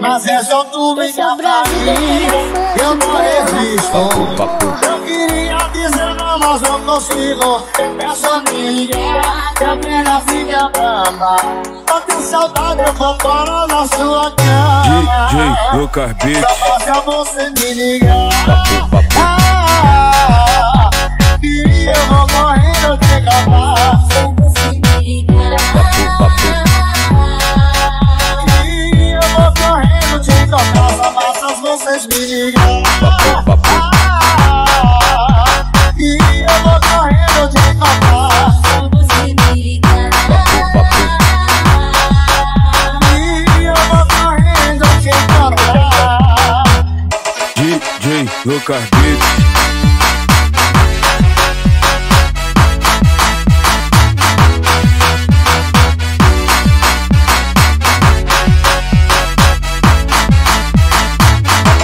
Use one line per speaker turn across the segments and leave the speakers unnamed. Mas é só tu me dar pra mim Eu não resisto Eu queria dizer não, mas não consigo Essa minha ideia que apenas fica brava Só tenho saudade, eu vou parar na sua cama
DJ Lucas Beat.
Só faça você me ligar Ah, queria, eu vou correndo te acabar E eu vou correndo de trocar só faças vocês me ligar E eu vou correndo de trocar E eu vou correndo de trocar
DJ Lucas Beat.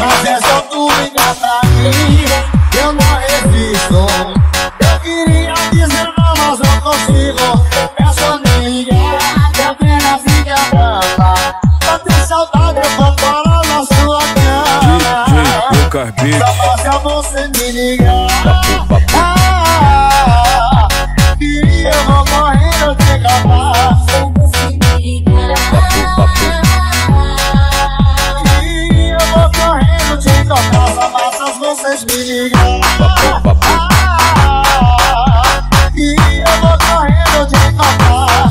Mas é só tu ligar pra mim Eu não resisto Eu queria dizer não, mas não consigo Peço ninguém que apenas fica brava Só tem saudade, eu vou parar na sua
DJ
cama
Lucas Beat.
Só faça você me ligar Ah, e eu vou correndo te acabar E eu vou correndo te encontrar Só faças vocês me ligar Ah, e eu vou correndo te encontrar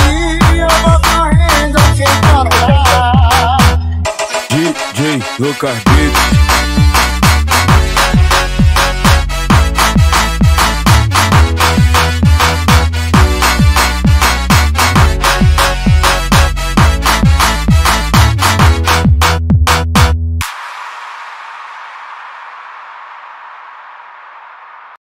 E eu vou correndo te encontrar
DJ Lucas Beat.